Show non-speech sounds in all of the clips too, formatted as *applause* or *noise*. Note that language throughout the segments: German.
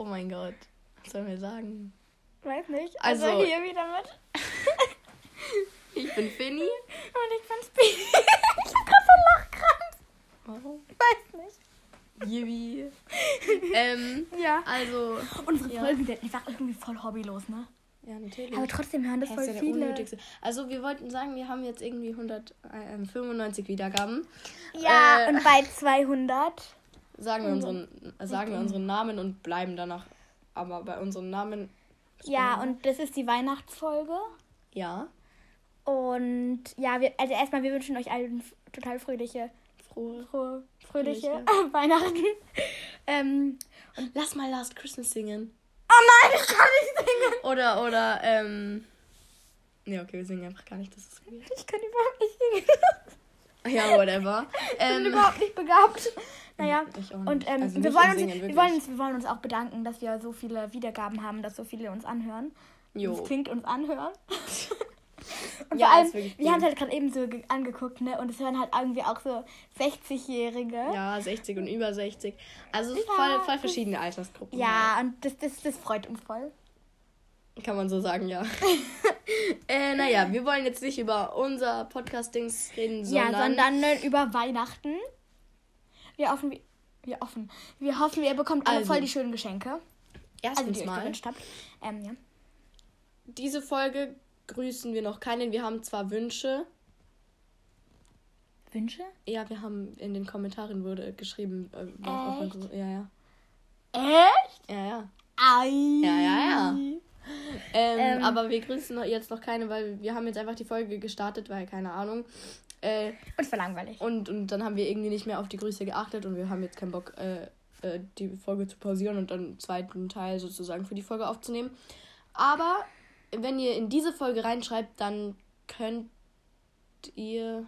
Oh mein Gott. Was sollen wir sagen? Weiß nicht. Also- Also, hier wieder mit. *laughs* Ich bin Finny. Und *laughs* ich bin Speedy. ich hab grad so einen Lachkranz. Warum? Weiß nicht. *laughs* Yibi. Ähm, Ja. also. Unsere Ja. Folgen sind einfach irgendwie voll hobbylos, ne? Ja, natürlich. Aber trotzdem hören das Das voll ist ja der viele. unnötigste. Also wir wollten sagen, wir haben jetzt irgendwie 195 Wiedergaben. Ja, Äh. und bei 200. Sagen wir unseren, äh, sagen wir unseren Namen und bleiben danach. Aber bei unseren Namen, Ja, und das ist die Weihnachtsfolge. ja, Und ja, wir, also erstmal, wir wünschen euch allen f- total fröhliche, frohe. frohe fröhliche *laughs* Weihnachten. Ähm, Und lass mal Last Christmas singen. oh nein, ich kann nicht singen. Oder, oder, ähm. Ne, okay, wir singen einfach gar nicht. Das ist weird. Ich kann überhaupt nicht singen. Ja, whatever. *laughs* Ich bin Ähm, überhaupt nicht begabt. Naja, Ich auch nicht. und ähm, Also nicht wir, wollen im uns, Singen, wir, wirklich. wollen uns, wir wollen uns auch bedanken, dass wir so viele Wiedergaben haben, dass so viele uns anhören. Das jo. klingt uns anhören. Und Ja, vor allem, ist wirklich wir cool. haben es halt gerade eben so ge- angeguckt, ne? Und es hören halt irgendwie auch so 60-Jährige. Ja. Ja, 60 und über 60. Also Ja, voll, voll das- verschiedene Altersgruppen. und das, das, das freut uns voll. Kann man so sagen, *laughs* ja. äh, naja, wir wollen jetzt nicht über unser Podcast-Dings reden, sondern, ja, sondern ne, über Weihnachten. Wir hoffen, wir, wir hoffen. Wir hoffen, ihr bekommt alle Also. voll die schönen Geschenke. Also erstens die ihr euch mal, gewünscht habt. Ähm, ja. diese Folge grüßen wir noch keinen. Wir haben zwar Wünsche, Wünsche? ja, wir haben in den Kommentaren wurde geschrieben, äh, was auch Echt? immer so- ja, ja. Echt? Ja, ja. Ei. Ja, ja, ja. Ähm, Ähm. Aber wir grüßen noch, jetzt noch keine, weil wir haben jetzt einfach die Folge gestartet, weil keine Ahnung. Äh, Und verlangweilig. und, und dann haben wir irgendwie nicht mehr auf die Grüße geachtet und wir haben jetzt keinen Bock, äh, äh, die Folge zu pausieren und dann einen zweiten Teil sozusagen für die Folge aufzunehmen. Aber wenn ihr in diese Folge reinschreibt, dann könnt ihr.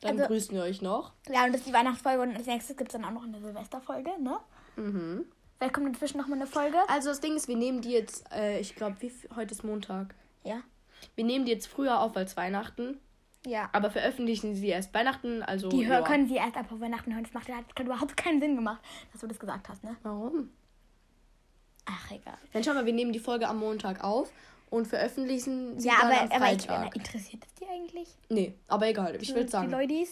Dann Also- grüßen wir euch noch. Ja, und das ist die Weihnachtsfolge und als nächstes gibt es dann auch noch eine Silvesterfolge, ne? Mhm. Vielleicht kommt inzwischen nochmal eine Folge. Also das Ding ist, wir nehmen die jetzt, äh, ich glaube, wie viel- heute ist Montag. Ja. Wir nehmen die jetzt früher auf als Weihnachten, Ja. aber veröffentlichen sie erst Weihnachten, also. Die ja. hör, können sie erst ab Weihnachten hören. Das macht das hat überhaupt keinen Sinn gemacht, dass du das gesagt hast, ne? Warum? Ach, egal. Dann schau mal, wir nehmen die Folge am Montag auf und veröffentlichen sie ja, dann am aber, aber ich, Freitag. na, interessiert es die eigentlich? Nee, aber egal, ich will sagen. Die Leutis?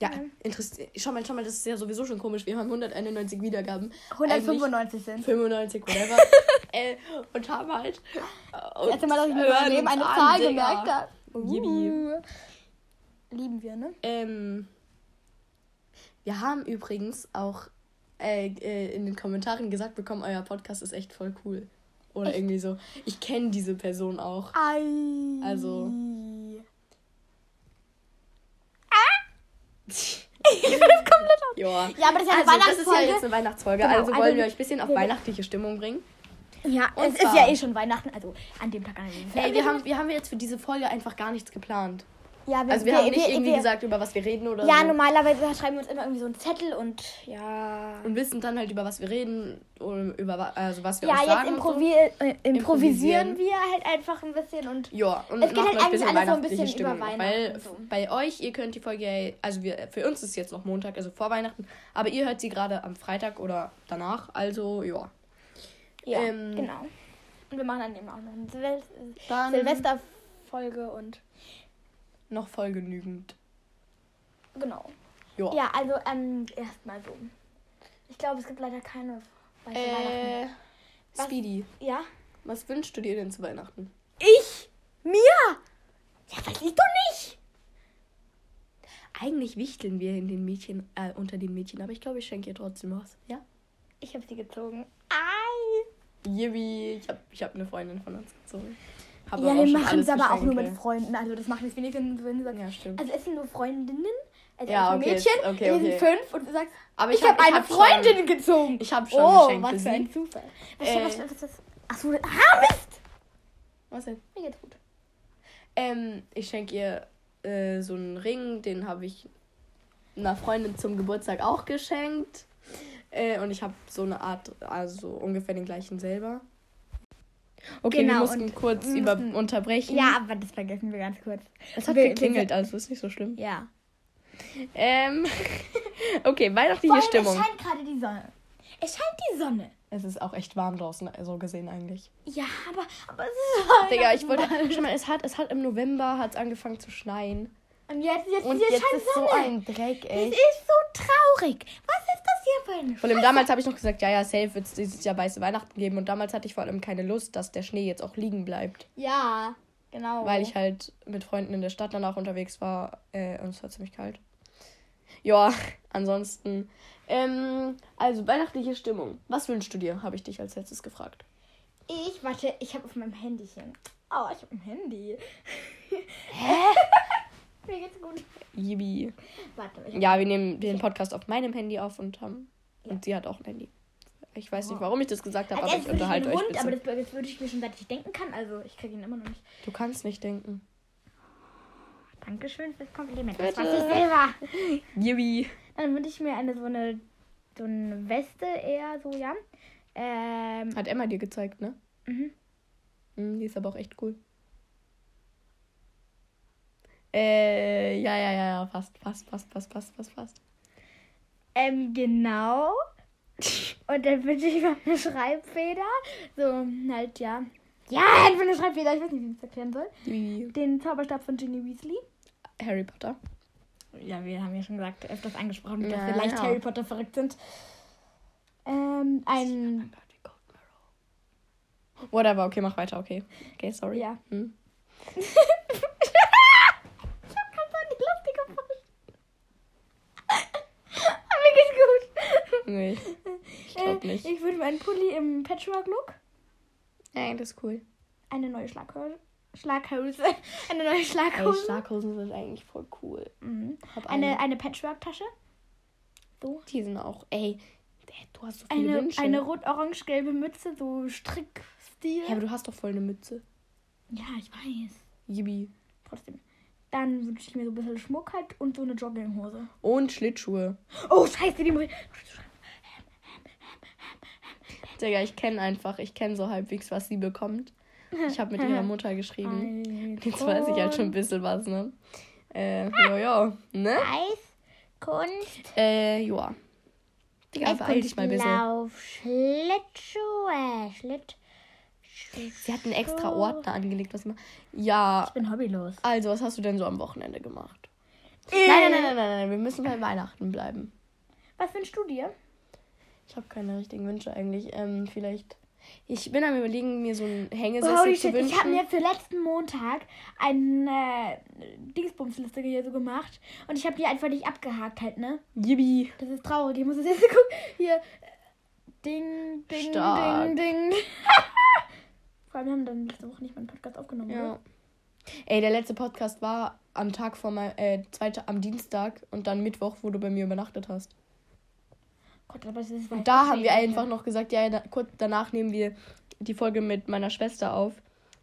ja, interessiert. Schau mal, schau mal, das ist ja sowieso schon komisch. Wir haben 191 Wiedergaben. 195 Eigentlich sind. 95, *laughs* whatever. äh, und haben halt. Das erste Mal, dass ich mir in hören meinem Leben uns eine an, Zahl Digga. gemerkt habe. Yippie. Lieben wir, ne? Ähm, wir haben übrigens auch äh, äh, in den Kommentaren gesagt bekommen, euer Podcast ist echt voll cool. Oder irgendwie so. Ich kenne diese Person Ah. auch. Ei. Also. ja. Ja, aber das ist also, das ja eine ist ja Weihnachtsfolge. jetzt eine Weihnachtsfolge. Genau, also wollen also wir euch ein bisschen auf wir- weihnachtliche Stimmung bringen. Ja, Und es zwar- ist ja eh schon Weihnachten, also an dem Tag an dem Ey, Äh, wir haben, wir haben jetzt für diese Folge einfach gar nichts geplant. ja, Also wir haben nicht irgendwie gesagt, also- über was wir reden oder Ja, so. normalerweise schreiben wir uns immer irgendwie so einen Zettel und ja. Und wissen dann halt, über was wir reden oder über wa- also was wir Ja, auch sagen jetzt und improvi äh, improvisieren wir halt einfach ein bisschen und so. Ja, und Es geht machen euch halt ein bisschen eigentlich alles so ein weihnachtliche bisschen Stimmung. über noch, Weihnachten weil so. bei euch, ihr könnt die Folge, ja- also wir, für uns ist jetzt noch Montag, also vor Weihnachten, aber ihr hört sie gerade am Freitag oder danach, also ja. ja, ähm, genau. Und wir machen dann eben auch noch eine Silvest Dann Silvesterfolge und noch voll genügend. genau. Ja. Ja, also ähm, erstmal so. Ich glaube, es gibt leider keine weiße also Weihnachten. Äh, Was- Speedy, Ja? was wünschst du dir denn zu Weihnachten? Ich? Mir? Ja, weiß ich doch nicht. Eigentlich wichteln wir in den Mädchen, äh, unter den Mädchen, aber ich glaube, ich schenke ihr trotzdem was. Ja? Ich habe sie gezogen. Ei. Yippie, ich habe ich hab eine Freundin von uns gezogen. Hab ja, aber wir schon machen alles es aber auch nur mit Geschenke. Freunden. Also das macht nichts wenig Sinn, wenn du sagst, Ja, stimmt. Also es sind nur Freundinnen, also Ja, ja, okay, okay, Mädchen, okay, die sind okay. fünf und du sagst, aber ich, habe hab- eine hab Freundin gezogen. Ich hab schon oh, Geschenk für was für sie. ein Zufall. Was, Äh. was, was, was, Achso, ah, Mist! Schon, was denn? Mir geht's gut. Ähm, ich schenke ihr äh, so einen Ring, den habe ich einer Freundin zum Geburtstag auch geschenkt. Äh, und ich habe so eine Art, also ungefähr den gleichen selber. Okay, wir Genau, mussten und kurz wir über mussten- unterbrechen. Ja, aber das vergessen wir ganz kurz. es hat wir- geklingelt, also ist nicht so schlimm. Ja. Ähm, *laughs* okay, weihnachtliche Vor allem, Stimmung. es scheint gerade die Sonne. Es scheint die Sonne. Es ist auch echt warm draußen, so gesehen eigentlich. Ja, aber, aber es ist Weihnachten. Digga, ich wollte. Schon mal, es hat, es hat im November hat's angefangen zu schneien. Und jetzt, jetzt, Und jetzt, jetzt scheint ist so Sonne. ein Dreck, Es ey. ist so traurig. Was ist das hier für ein Vor allem damals habe ich noch gesagt, ja, ja, safe wird es dieses Jahr weiße Weihnachten geben. Und damals hatte ich vor allem keine Lust, dass der Schnee jetzt auch liegen bleibt. Ja, genau. Weil ich halt mit Freunden in der Stadt danach unterwegs war äh, und es war ziemlich kalt. Ja, *laughs* ansonsten. Ähm, also weihnachtliche Stimmung. Was wünschst du dir, habe ich dich als letztes gefragt. Ich, warte, ich habe auf meinem Handychen. Oh, ich habe ein Handy. Hä? *laughs* Mir geht's gut. Yibi. Warte, ich Ja, wir nehmen den Podcast auf meinem Handy auf und haben. Und sie hat auch ein Handy. Ich weiß nicht, warum ich das gesagt habe, als aber ich erstes würde Also ich unterhalte mir einen euch. Hund, aber Bitte. das, das würde ich mir schon, seit ich denken kann. Also, ich kriege ihn immer noch nicht. Du kannst nicht denken. Dankeschön fürs Kompliment. Das Bitte. weiß ich selber. Yibi. Dann würde ich mir eine so eine, so eine Weste eher so, ja. Ähm, Hat Emma dir gezeigt, ne? Mhm. Mm, Die ist aber auch echt cool. Äh, ja, ja, ja, ja, passt, passt, passt, passt, passt, passt, passt. ähm, genau. Und dann wünsche ich mir eine Schreibfeder. So, halt, ja. Ja, ich will eine Schreibfeder. Ich weiß nicht, wie ich das erklären soll. Wie Den Zauberstab von Ginny Weasley. Harry Potter. Ja, wir haben ja schon gesagt, öfters angesprochen, dass Ja, wir leicht Ah, ja. Harry Potter verrückt sind. Ähm, Oh ein. Whatever, okay, mach weiter, okay. Okay, sorry. Ja. Hm. Ich hab gerade so eine lustige Vorstellung. Aber Nee, ich mir geht's glaub gut. *laughs* Äh, nicht. Ich würde mir einen Pulli im Patchwork-Look, Nee, das ist cool. eine neue Schlaghose, Schlaghose, *laughs* eine neue Ey, Schlaghose, Schlaghosen sind eigentlich voll cool. mhm. Hab eine, eine Patchwork-Tasche, so, Die sind auch, ey, ey, du hast so viele eine, Wünsche. eine rot-orange-gelbe Mütze, so Strickstil. ja, aber du hast doch voll eine Mütze. Ja, ich weiß. Yibi. Trotzdem. Dann wünsche ich mir so ein bisschen Schmuck halt und so eine Jogginghose. Und Schlittschuhe. Oh, scheiße, die muss ich... Digga, ich kenne einfach, ich kenne so halbwegs, was sie bekommt. Ich habe mit *laughs* ihrer Mutter geschrieben. Jetzt weiß ich halt schon ein bisschen was, ne? Äh, ja, ja, ne? Eis, Kunst, Äh, ja. Digga, beeil dich mal ein bisschen. Lauf, Schlittschuhe, Schlitt... Sie hat einen extra Ordner angelegt, was immer. Ja, Ich bin hobbylos. also, was hast du denn so am Wochenende gemacht? Äh. Nein, nein, nein, nein, nein, nein, wir müssen bei Weihnachten bleiben. Was wünschst du dir? Ich habe keine richtigen Wünsche eigentlich. Ähm, vielleicht. Ich bin am überlegen, mir so einen Hängesessel Holy zu shit, wünschen. ich habe mir für letzten Montag eine äh, Dingsbumsliste hier so gemacht und ich habe die einfach nicht abgehakt halt, ne? Yibi. Das ist traurig. Ich muss das jetzt *laughs* gucken. Hier. Ding, ding, Stark. ding, ding. *laughs* Vor allem haben dann letzte Woche nicht meinen Podcast aufgenommen. Ja. oder? Ey, der letzte Podcast war am Tag vor mein, äh, zweite, am Dienstag und dann Mittwoch, wo du bei mir übernachtet hast. Gott, aber das ist Und da haben wir einfach noch gesagt, ja, da, kurz danach nehmen wir die Folge mit meiner Schwester auf.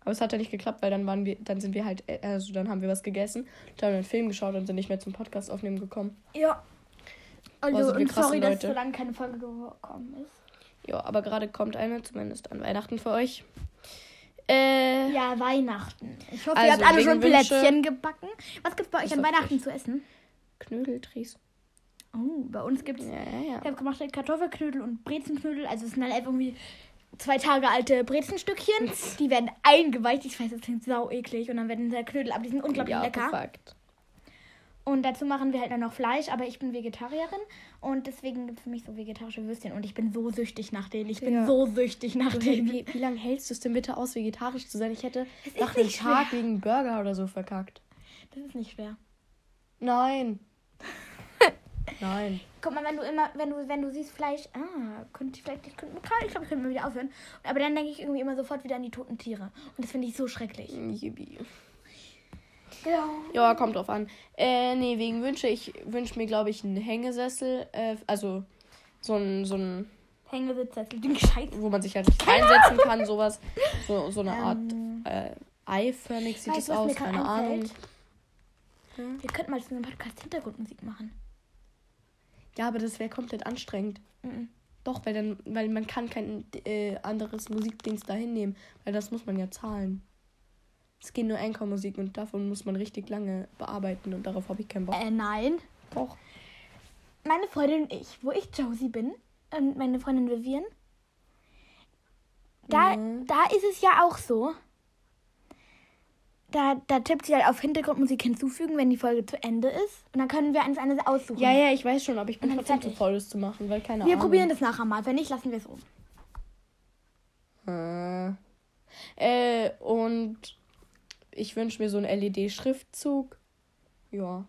Aber es hat ja nicht geklappt, weil dann waren wir, dann sind wir halt, äh, also dann haben wir was gegessen, dann haben wir einen Film geschaut und sind nicht mehr zum Podcast aufnehmen gekommen. Ja. Boah, Also, sind wir und krasse sorry, dass Leute. so lange keine Folge gekommen ist. Ja, aber gerade kommt eine, zumindest an Weihnachten für euch. Äh, Ja, Weihnachten. Ich hoffe, Also, ihr habt alle wegen schon Wünsche- Plätzchen gebacken. Was gibt's bei euch Ist an doch Weihnachten zu essen? Knödeltries. Oh, bei uns gibt's. Ja, ja, Ich ja. habe gemacht äh, Kartoffelknödel und Brezenknödel. Also, es sind halt einfach irgendwie zwei Tage alte Hm. Brezenstückchen. Die werden eingeweicht. Ich weiß, das klingt sau eklig. Und dann werden da Knödel ab. Die sind unglaublich ja, lecker. gefragt. Und dazu machen wir halt dann noch Fleisch, aber ich bin Vegetarierin und deswegen gibt es für mich so vegetarische Würstchen und ich bin so süchtig nach denen. Ich bin Ja. so süchtig nach denen. *laughs* Wie, wie lange hältst du es denn bitte aus, vegetarisch zu sein? Ich hätte ist nach einem nicht Tag wegen Burger oder so verkackt. Das ist nicht schwer. *laughs* Nein. Nein. Guck mal, wenn du immer, wenn du, wenn du siehst Fleisch, ah, könnte ich vielleicht, ich könnte, ich glaube, ich könnte mal wieder aufhören. Aber dann denke ich irgendwie immer sofort wieder an die toten Tiere und das finde ich so schrecklich. Yippie. Genau. Ja, kommt drauf an. Äh, nee, wegen Wünsche. Ich wünsche mir, glaube ich, einen Hängesessel. Äh, also so ein, so ein, Hängesitzsessel, den Scheiß. wo man sich halt nicht reinsetzen kann, sowas. So, so eine Ähm. Art äh, eiförmig sieht Weißt es du, was aus, mir grad keine Ahnung. einfällt? Wir könnten mal zu einem Podcast Hintergrundmusik machen. Ja, aber das wäre komplett anstrengend. Mhm. Doch, weil dann, weil man kann kein äh, anderes Musikdings da hinnehmen, weil das muss man ja zahlen. Es geht nur Anchor-Musik und davon muss man richtig lange bearbeiten und darauf habe ich keinen Bock. Äh, nein. Doch. Meine Freundin und ich, wo ich Josie bin und meine Freundin Vivian, Da, Mhm. da ist es ja auch so. Da, da tippt sie halt auf Hintergrundmusik hinzufügen, wenn die Folge zu Ende ist. Und dann können wir eins eines aussuchen. Ja, ja, ich weiß schon, aber ich bin Und dann trotzdem zu fertig. faul, das zu machen, weil keine wir Ahnung. probieren das nachher mal. Wenn nicht, lassen wir es oben. Ah. Äh, und ich wünsche mir so einen LED-Schriftzug. Ja.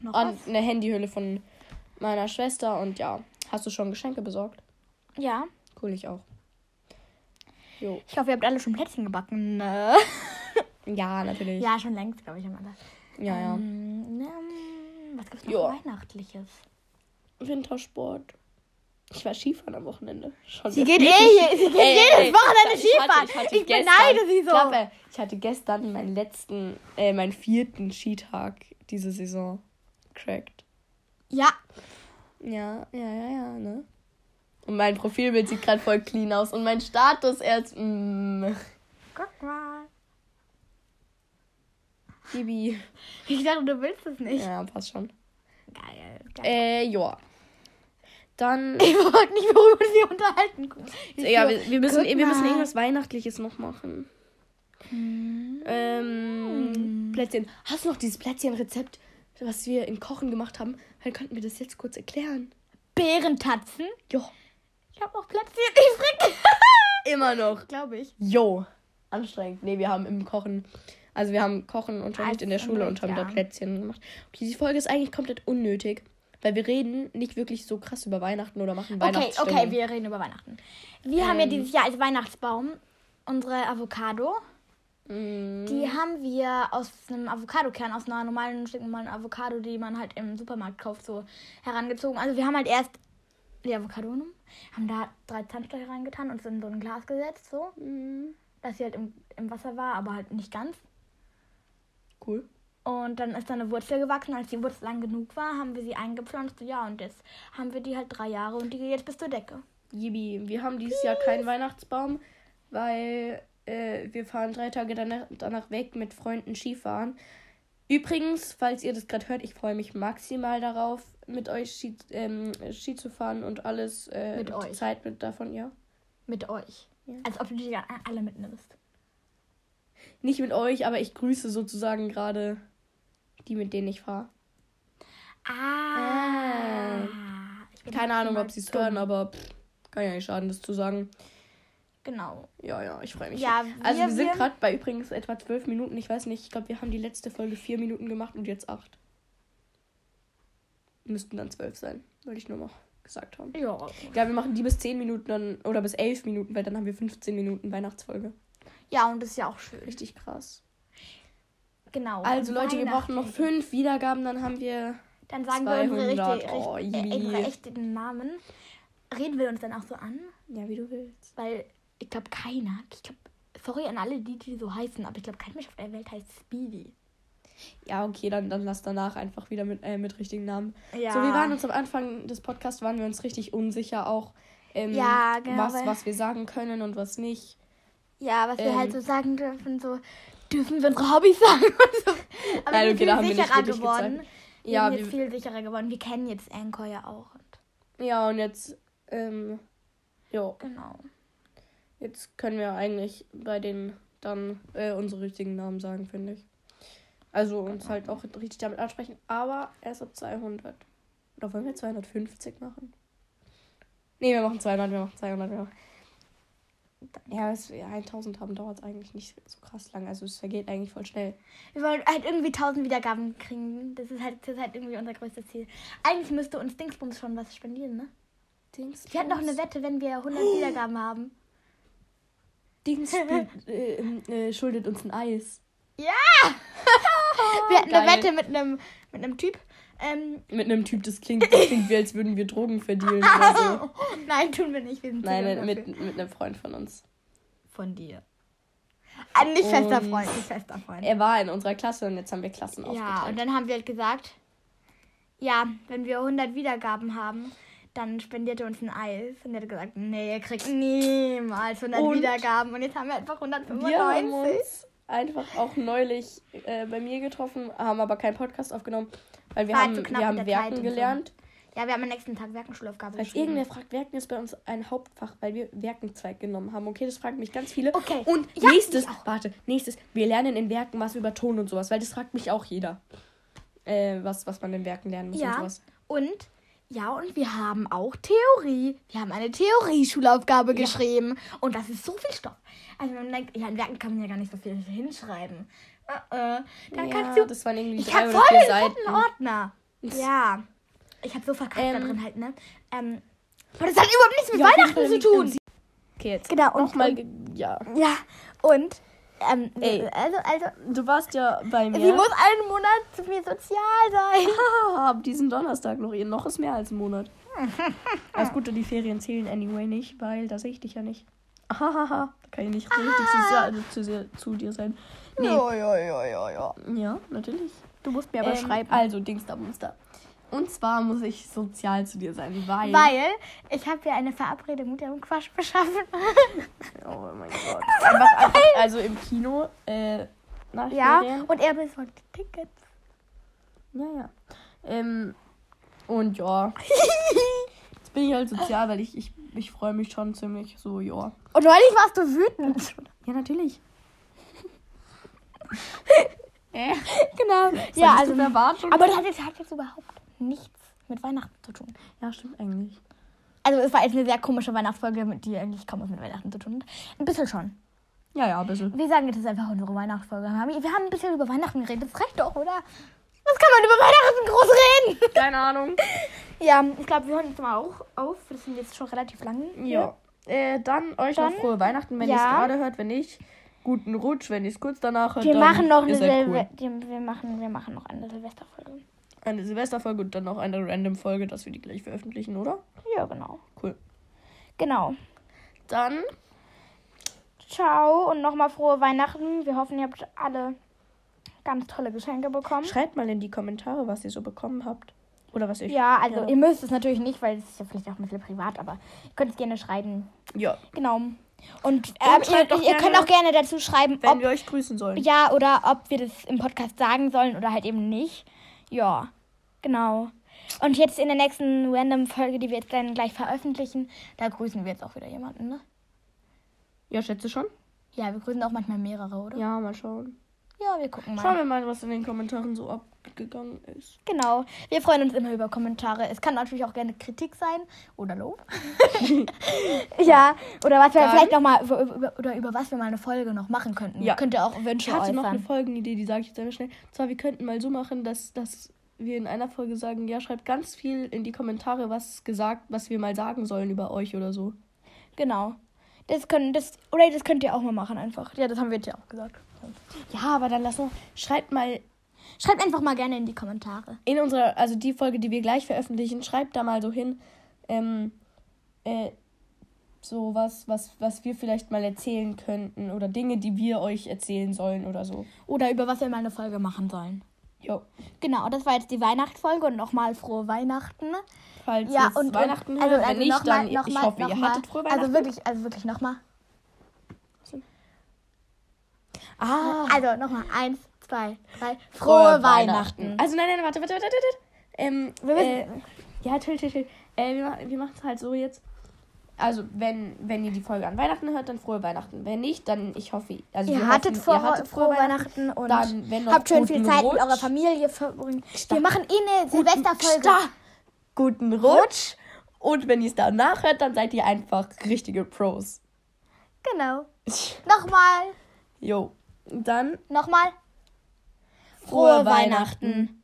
Noch An was? eine Handyhülle von meiner Schwester und ja. Hast du schon Geschenke besorgt? Ja. Cool, ich auch. Jo. Ich hoffe, ihr habt alle schon Plätzchen gebacken. Ne? Ja, natürlich. Ja, Ja, schon längst, glaube ich, haben alle. ja. Ähm, ähm, was gibt's noch Ja. Weihnachtliches? Wintersport. Ich war Skifahren am Wochenende. Schon Sie das geht eh, dritte hier- sie geht Ey, jedes ey, Wochenende ich hatte- Skifahren. ich hatte Ich gestern- beneide sie so. Klappe. Ich hatte gestern meinen letzten, äh, meinen vierten Skitag diese Saison. Cracked. Ja, Ja, ja, ja, ja, ne? Und mein Profilbild sieht gerade voll clean aus. Und mein Status erst. Mm, guck mal. Bibi. Ich dachte, du willst es nicht. Ja, passt schon. Geil, geil. Äh, joa. Dann. Ich wollte nicht, worüber wir unterhalten. Ja, wir, wir, müssen, guck wir müssen mal. irgendwas Weihnachtliches noch machen. Hm. Ähm, Plätzchen. Hast du noch dieses Plätzchenrezept, was wir in Kochen gemacht haben? Dann könnten wir das jetzt kurz erklären. Bärentatzen. Jo. Ich habe auch Plätzchen *laughs* übrig. Immer noch. Glaube ich. Jo. Anstrengend. Nee, wir haben im Kochen. Also wir haben Kochenunterricht in der Als Schule und haben Unterricht, dort ja. Plätzchen gemacht. Okay, die Folge ist eigentlich komplett unnötig, weil wir reden nicht wirklich so krass über Weihnachten oder machen Okay, Weihnachtsstimmung. okay, wir reden über Weihnachten. Wir haben ja dieses Jahr als Weihnachtsbaum unsere Avocado. Mm, Die haben wir aus einem Avocadokern, aus einer normalen, Stück normalen Avocado, die man halt im Supermarkt kauft, so herangezogen. Also wir haben halt erst die Avocado genommen, haben da drei Zahnstocher reingetan und es in so ein Glas gesetzt, so, mm, dass sie halt im, im Wasser war, aber halt nicht ganz. cool. Und dann ist da eine Wurzel gewachsen. Als die Wurzel lang genug war, haben wir sie eingepflanzt. Ja, und jetzt haben wir die halt drei Jahre und die geht jetzt bis zur Decke. Jibi, wir haben dieses Jahr keinen Weihnachtsbaum, weil äh, wir fahren drei Tage danach, danach weg mit Freunden Skifahren. Übrigens, falls ihr das gerade hört, ich freue mich maximal darauf, mit euch Ski, ähm, Ski zu fahren und alles äh, Mit die euch. Zeit mit davon, ja. Mit euch. Ja. Als ob du die dann alle mitnimmst. Nicht mit euch, aber ich grüße sozusagen gerade die, mit denen ich fahre. Ah. Ich bin Keine Ahnung, ob sie es dumm. hören, aber pff, kann ja nicht schaden, das zu sagen. Genau. Ja, ja, ich freue mich. Ja, also wir- wir sind wir- gerade bei übrigens etwa zwölf Minuten. Ich weiß nicht, ich glaube, wir haben die letzte Folge vier Minuten gemacht und jetzt acht. Müssten dann zwölf sein, wollte ich nur noch gesagt haben. Ja. Ja, wir machen die bis zehn Minuten dann, oder bis elf Minuten, weil dann haben wir 15 Minuten Weihnachtsfolge. Ja, und das ist ja auch schön. Richtig krass. Genau. Also Leute, wir brauchen Weihnachten. noch fünf Wiedergaben, dann haben wir... Dann sagen wir unsere, 200. richtig, Oh, richtig, Yibi. äh, unsere echten Namen. Reden wir uns dann auch so an, Ja, wie du willst. weil ich glaube, keiner. Ich glaube, sorry an alle die, die so heißen, aber ich glaube, kein Mensch auf der Welt heißt Speedy. Ja, okay, dann, dann lass danach einfach wieder mit, äh, mit richtigen Namen. Ja. So, wir waren uns am Anfang des Podcasts, waren wir uns richtig unsicher auch, ähm, Ja, genau, was, weil- was wir sagen können und was nicht. Ja, was wir Ähm. halt so sagen dürfen, so dürfen wir unsere Hobbys *laughs* sagen und so. Aber Nein, wir okay, da sind viel haben wir nicht sicherer wirklich geworden. gezeigt. Wir Ja, sind jetzt wir, viel sicherer geworden. Wir kennen jetzt Anchor ja auch. Und ja, und jetzt, ähm, ja, genau. jetzt können wir eigentlich bei den dann äh, unsere richtigen Namen sagen, finde ich. Also uns halt auch richtig damit ansprechen, aber erst ab 200. Oder wollen wir 250 machen? Nee, wir machen 200, wir machen 200, wir machen. Ja, bis wir 1000 haben, dauert es eigentlich nicht so krass lang. Also es vergeht eigentlich voll schnell. Wir wollen halt irgendwie 1000 Wiedergaben kriegen. Das ist halt, das ist halt irgendwie unser größtes Ziel. Eigentlich müsste uns Dingsbums schon was spendieren, ne? Wir hatten doch eine Wette, wenn wir 100 Oh. Wiedergaben haben. *laughs* Dings äh, äh, schuldet uns ein Eis. Wir hatten eine Oh, geil. Wette mit einem, mit einem Typ. Ähm, *laughs* Mit einem Typ, das klingt, das klingt wie, als würden wir Drogen verdienen *laughs* oder so. nein, tun wir nicht. Wir sind zu Nein, jung nein, dafür. mit, mit einem Freund von uns. Von dir. Ah, nicht fester Und- Freund, nicht fester Freund. Er war in unserer Klasse und jetzt haben wir Klassen Ja, und aufgeteilt. dann haben wir halt gesagt, ja, wenn wir 100 Wiedergaben haben, dann spendiert ihr uns ein Eis. Und er hat gesagt, nee, ihr kriegt niemals 100 Und- Wiedergaben. Und jetzt haben wir einfach wir haben 195. uns einfach auch neulich äh, bei mir getroffen, haben aber keinen Podcast aufgenommen, weil wir War haben, zu knapp wir mit haben der Zeit Werken und so. gelernt. Ja, wir haben am nächsten Tag Werkenschulaufgabe Falls geschrieben. irgendwer fragt, Werken ist bei uns ein Hauptfach, weil wir Werkenzweig genommen haben. Okay, das fragen mich ganz viele. Okay. Und Ja, nächstes, ich auch. warte, nächstes, wir lernen in Werken was über Ton und sowas, weil das fragt mich auch jeder. Äh, was, was man in Werken lernen muss und Ja. sowas. Und ja, und wir haben auch Theorie. Wir haben eine Theorie-Schulaufgabe geschrieben. Und das ist so viel Stoff. Also man denkt, ja, in Werken kann man ja gar nicht so viel hinschreiben. Äh, äh. Dann ja, kannst du. Das waren irgendwie ich drei habe oder voll vier den Seiten. fetten Ordner. Ja. Ich habe so verkackt da Ähm. drin halt, ne? Ähm. Aber das hat überhaupt nichts mit Ja, auf jeden Weihnachten Fall zu tun. mit- Okay, jetzt. Genau, und, Nochmal, und ge- ja. ja, und ähm, Ey. also, also, Du warst ja bei mir. sie muss einen Monat zu mir sozial sein. Ja, ab diesem Ah, Donnerstag noch. Ihr noch ist mehr als ein *laughs* Monat. Alles Gute, die Ferien zählen anyway nicht, weil da sehe ich dich ja nicht. *laughs* Ahaha, da kann ich nicht so richtig zu, sehr- also zu, sehr, zu dir sein. Nee. Jo, jo, jo, jo, jo. Ja, natürlich. Du musst mir aber Ähm, schreiben. Also, Dings da, Monster. Und zwar muss ich sozial zu dir sein, weil. Weil ich habe ja eine Verabredung mit ihrem Quatsch *laughs* beschaffen. Oh mein Gott. Einfach, einfach, also im Kino, äh, nach ja, Ferien. und er besorgt die Tickets. Ja, ja. Ähm, und *laughs* ja. Jetzt bin ich halt sozial, weil ich, ich, ich freue mich schon ziemlich so, ja. Und neulich warst du wütend. Ja, natürlich. äh, *laughs* genau. Ja, also. Erwartung. Aber das hat jetzt, hat jetzt überhaupt nichts mit Weihnachten zu tun. ja, stimmt eigentlich. Also, es war jetzt eine sehr komische Weihnachtsfolge, mit die eigentlich kaum was mit Weihnachten zu tun hat. Ein bisschen schon. Ja, ja, ein bisschen. Wir sagen jetzt das ist einfach unsere Weihnachtsfolge. Wir haben wir haben ein bisschen über Weihnachten geredet. Das reicht doch, oder? Was kann man über Weihnachten groß reden? Keine Ahnung. *laughs* Ja, ich glaube, wir hören jetzt mal auch auf. Wir sind jetzt schon relativ lang. Ja. Äh, dann euch Dann- noch frohe Weihnachten, wenn Ja. ihr es gerade hört. Wenn nicht, guten Rutsch, wenn ihr es kurz danach hört. Wir dann machen noch eine ihr seid Silve cool. die- wir, machen, wir machen noch eine Silvesterfolge. Eine Silvesterfolge und dann noch eine Random-Folge, dass wir die gleich veröffentlichen, oder? Ja, genau. Cool. Genau. Dann Ciao und nochmal frohe Weihnachten. Wir hoffen, ihr habt alle ganz tolle Geschenke bekommen. schreibt mal in die Kommentare, was ihr so bekommen habt. Oder was ihr. Ja, also Ja. ihr müsst es natürlich nicht, weil es ist ja vielleicht auch ein bisschen privat, aber ihr könnt es gerne schreiben. Ja, Genau. Und, ähm, ihr, schreibt doch ihr könnt gerne- auch gerne dazu schreiben, wenn ob wir euch grüßen sollen. Ja, oder ob wir das im Podcast sagen sollen oder halt eben nicht. Ja, genau. Und jetzt in der nächsten Random-Folge, die wir jetzt dann gleich veröffentlichen, da grüßen wir jetzt auch wieder jemanden, ne? Ja, schätze schon. Ja, wir grüßen auch manchmal mehrere, oder? Ja, Ja, mal schauen. wir gucken mal. Schauen wir mal, was in den Kommentaren so abgegangen ist. Genau. Wir freuen uns immer über Kommentare. Es kann natürlich auch gerne Kritik sein oder *laughs* Lob. ja, oder was wir Dann- vielleicht noch mal über, über, oder über was wir mal eine Folge noch machen könnten. Ja. Könnt ihr auch Wünsche Ich hatte noch eine äußern. Folgenidee, die sage ich jetzt einfach schnell. Und zwar, wir könnten mal so machen, dass, dass wir in einer Folge sagen, ja, schreibt ganz viel in die Kommentare, was gesagt, was wir mal sagen sollen über euch oder so. Genau. Das können das oder das könnt ihr auch mal machen einfach. Ja, das haben wir jetzt ja auch gesagt. Ja, aber dann lass noch, schreibt mal Schreibt einfach mal gerne in die Kommentare. in unserer, also die Folge, die wir gleich veröffentlichen, schreibt da mal so hin, ähm, äh, so was, was, was wir vielleicht mal erzählen könnten oder Dinge, die wir euch erzählen sollen oder so. Oder über was wir mal eine Folge machen sollen. Jo, Genau, das war jetzt die Weihnachtsfolge und nochmal frohe Weihnachten. falls ja, es und Weihnachten und, hört, wenn nicht, noch mal- dann noch ich mal- hoffe, noch ihr mal. hattet frohe Weihnachten. Also wirklich, also wirklich nochmal. ah, Also nochmal. Eins, zwei, drei. Frohe, Frohe Weihnachten. Also nein, nein, warte, warte, warte, warte. warte. Ähm, Wir äh, müssen- ja, chill, chill, chill. Äh, wir, ma- wir machen es halt so jetzt. Also, wenn, wenn ihr die Folge an Weihnachten hört, dann frohe Weihnachten. Wenn nicht, dann ich hoffe, also ihr, wir hattet hoffen, frohe, ihr hattet frohe Weihnachten und Dann, wenn noch habt schön viel guten Zeit Rutsch. mit eurer Familie verbringen. Sta- Wir machen eh eine Silvesterfolge. Sta- Guten Rutsch. Und wenn ihr es danach hört, dann seid ihr einfach richtige Pros. *laughs* Genau. Nochmal. Jo. Dann Nochmal. frohe Weihnachten.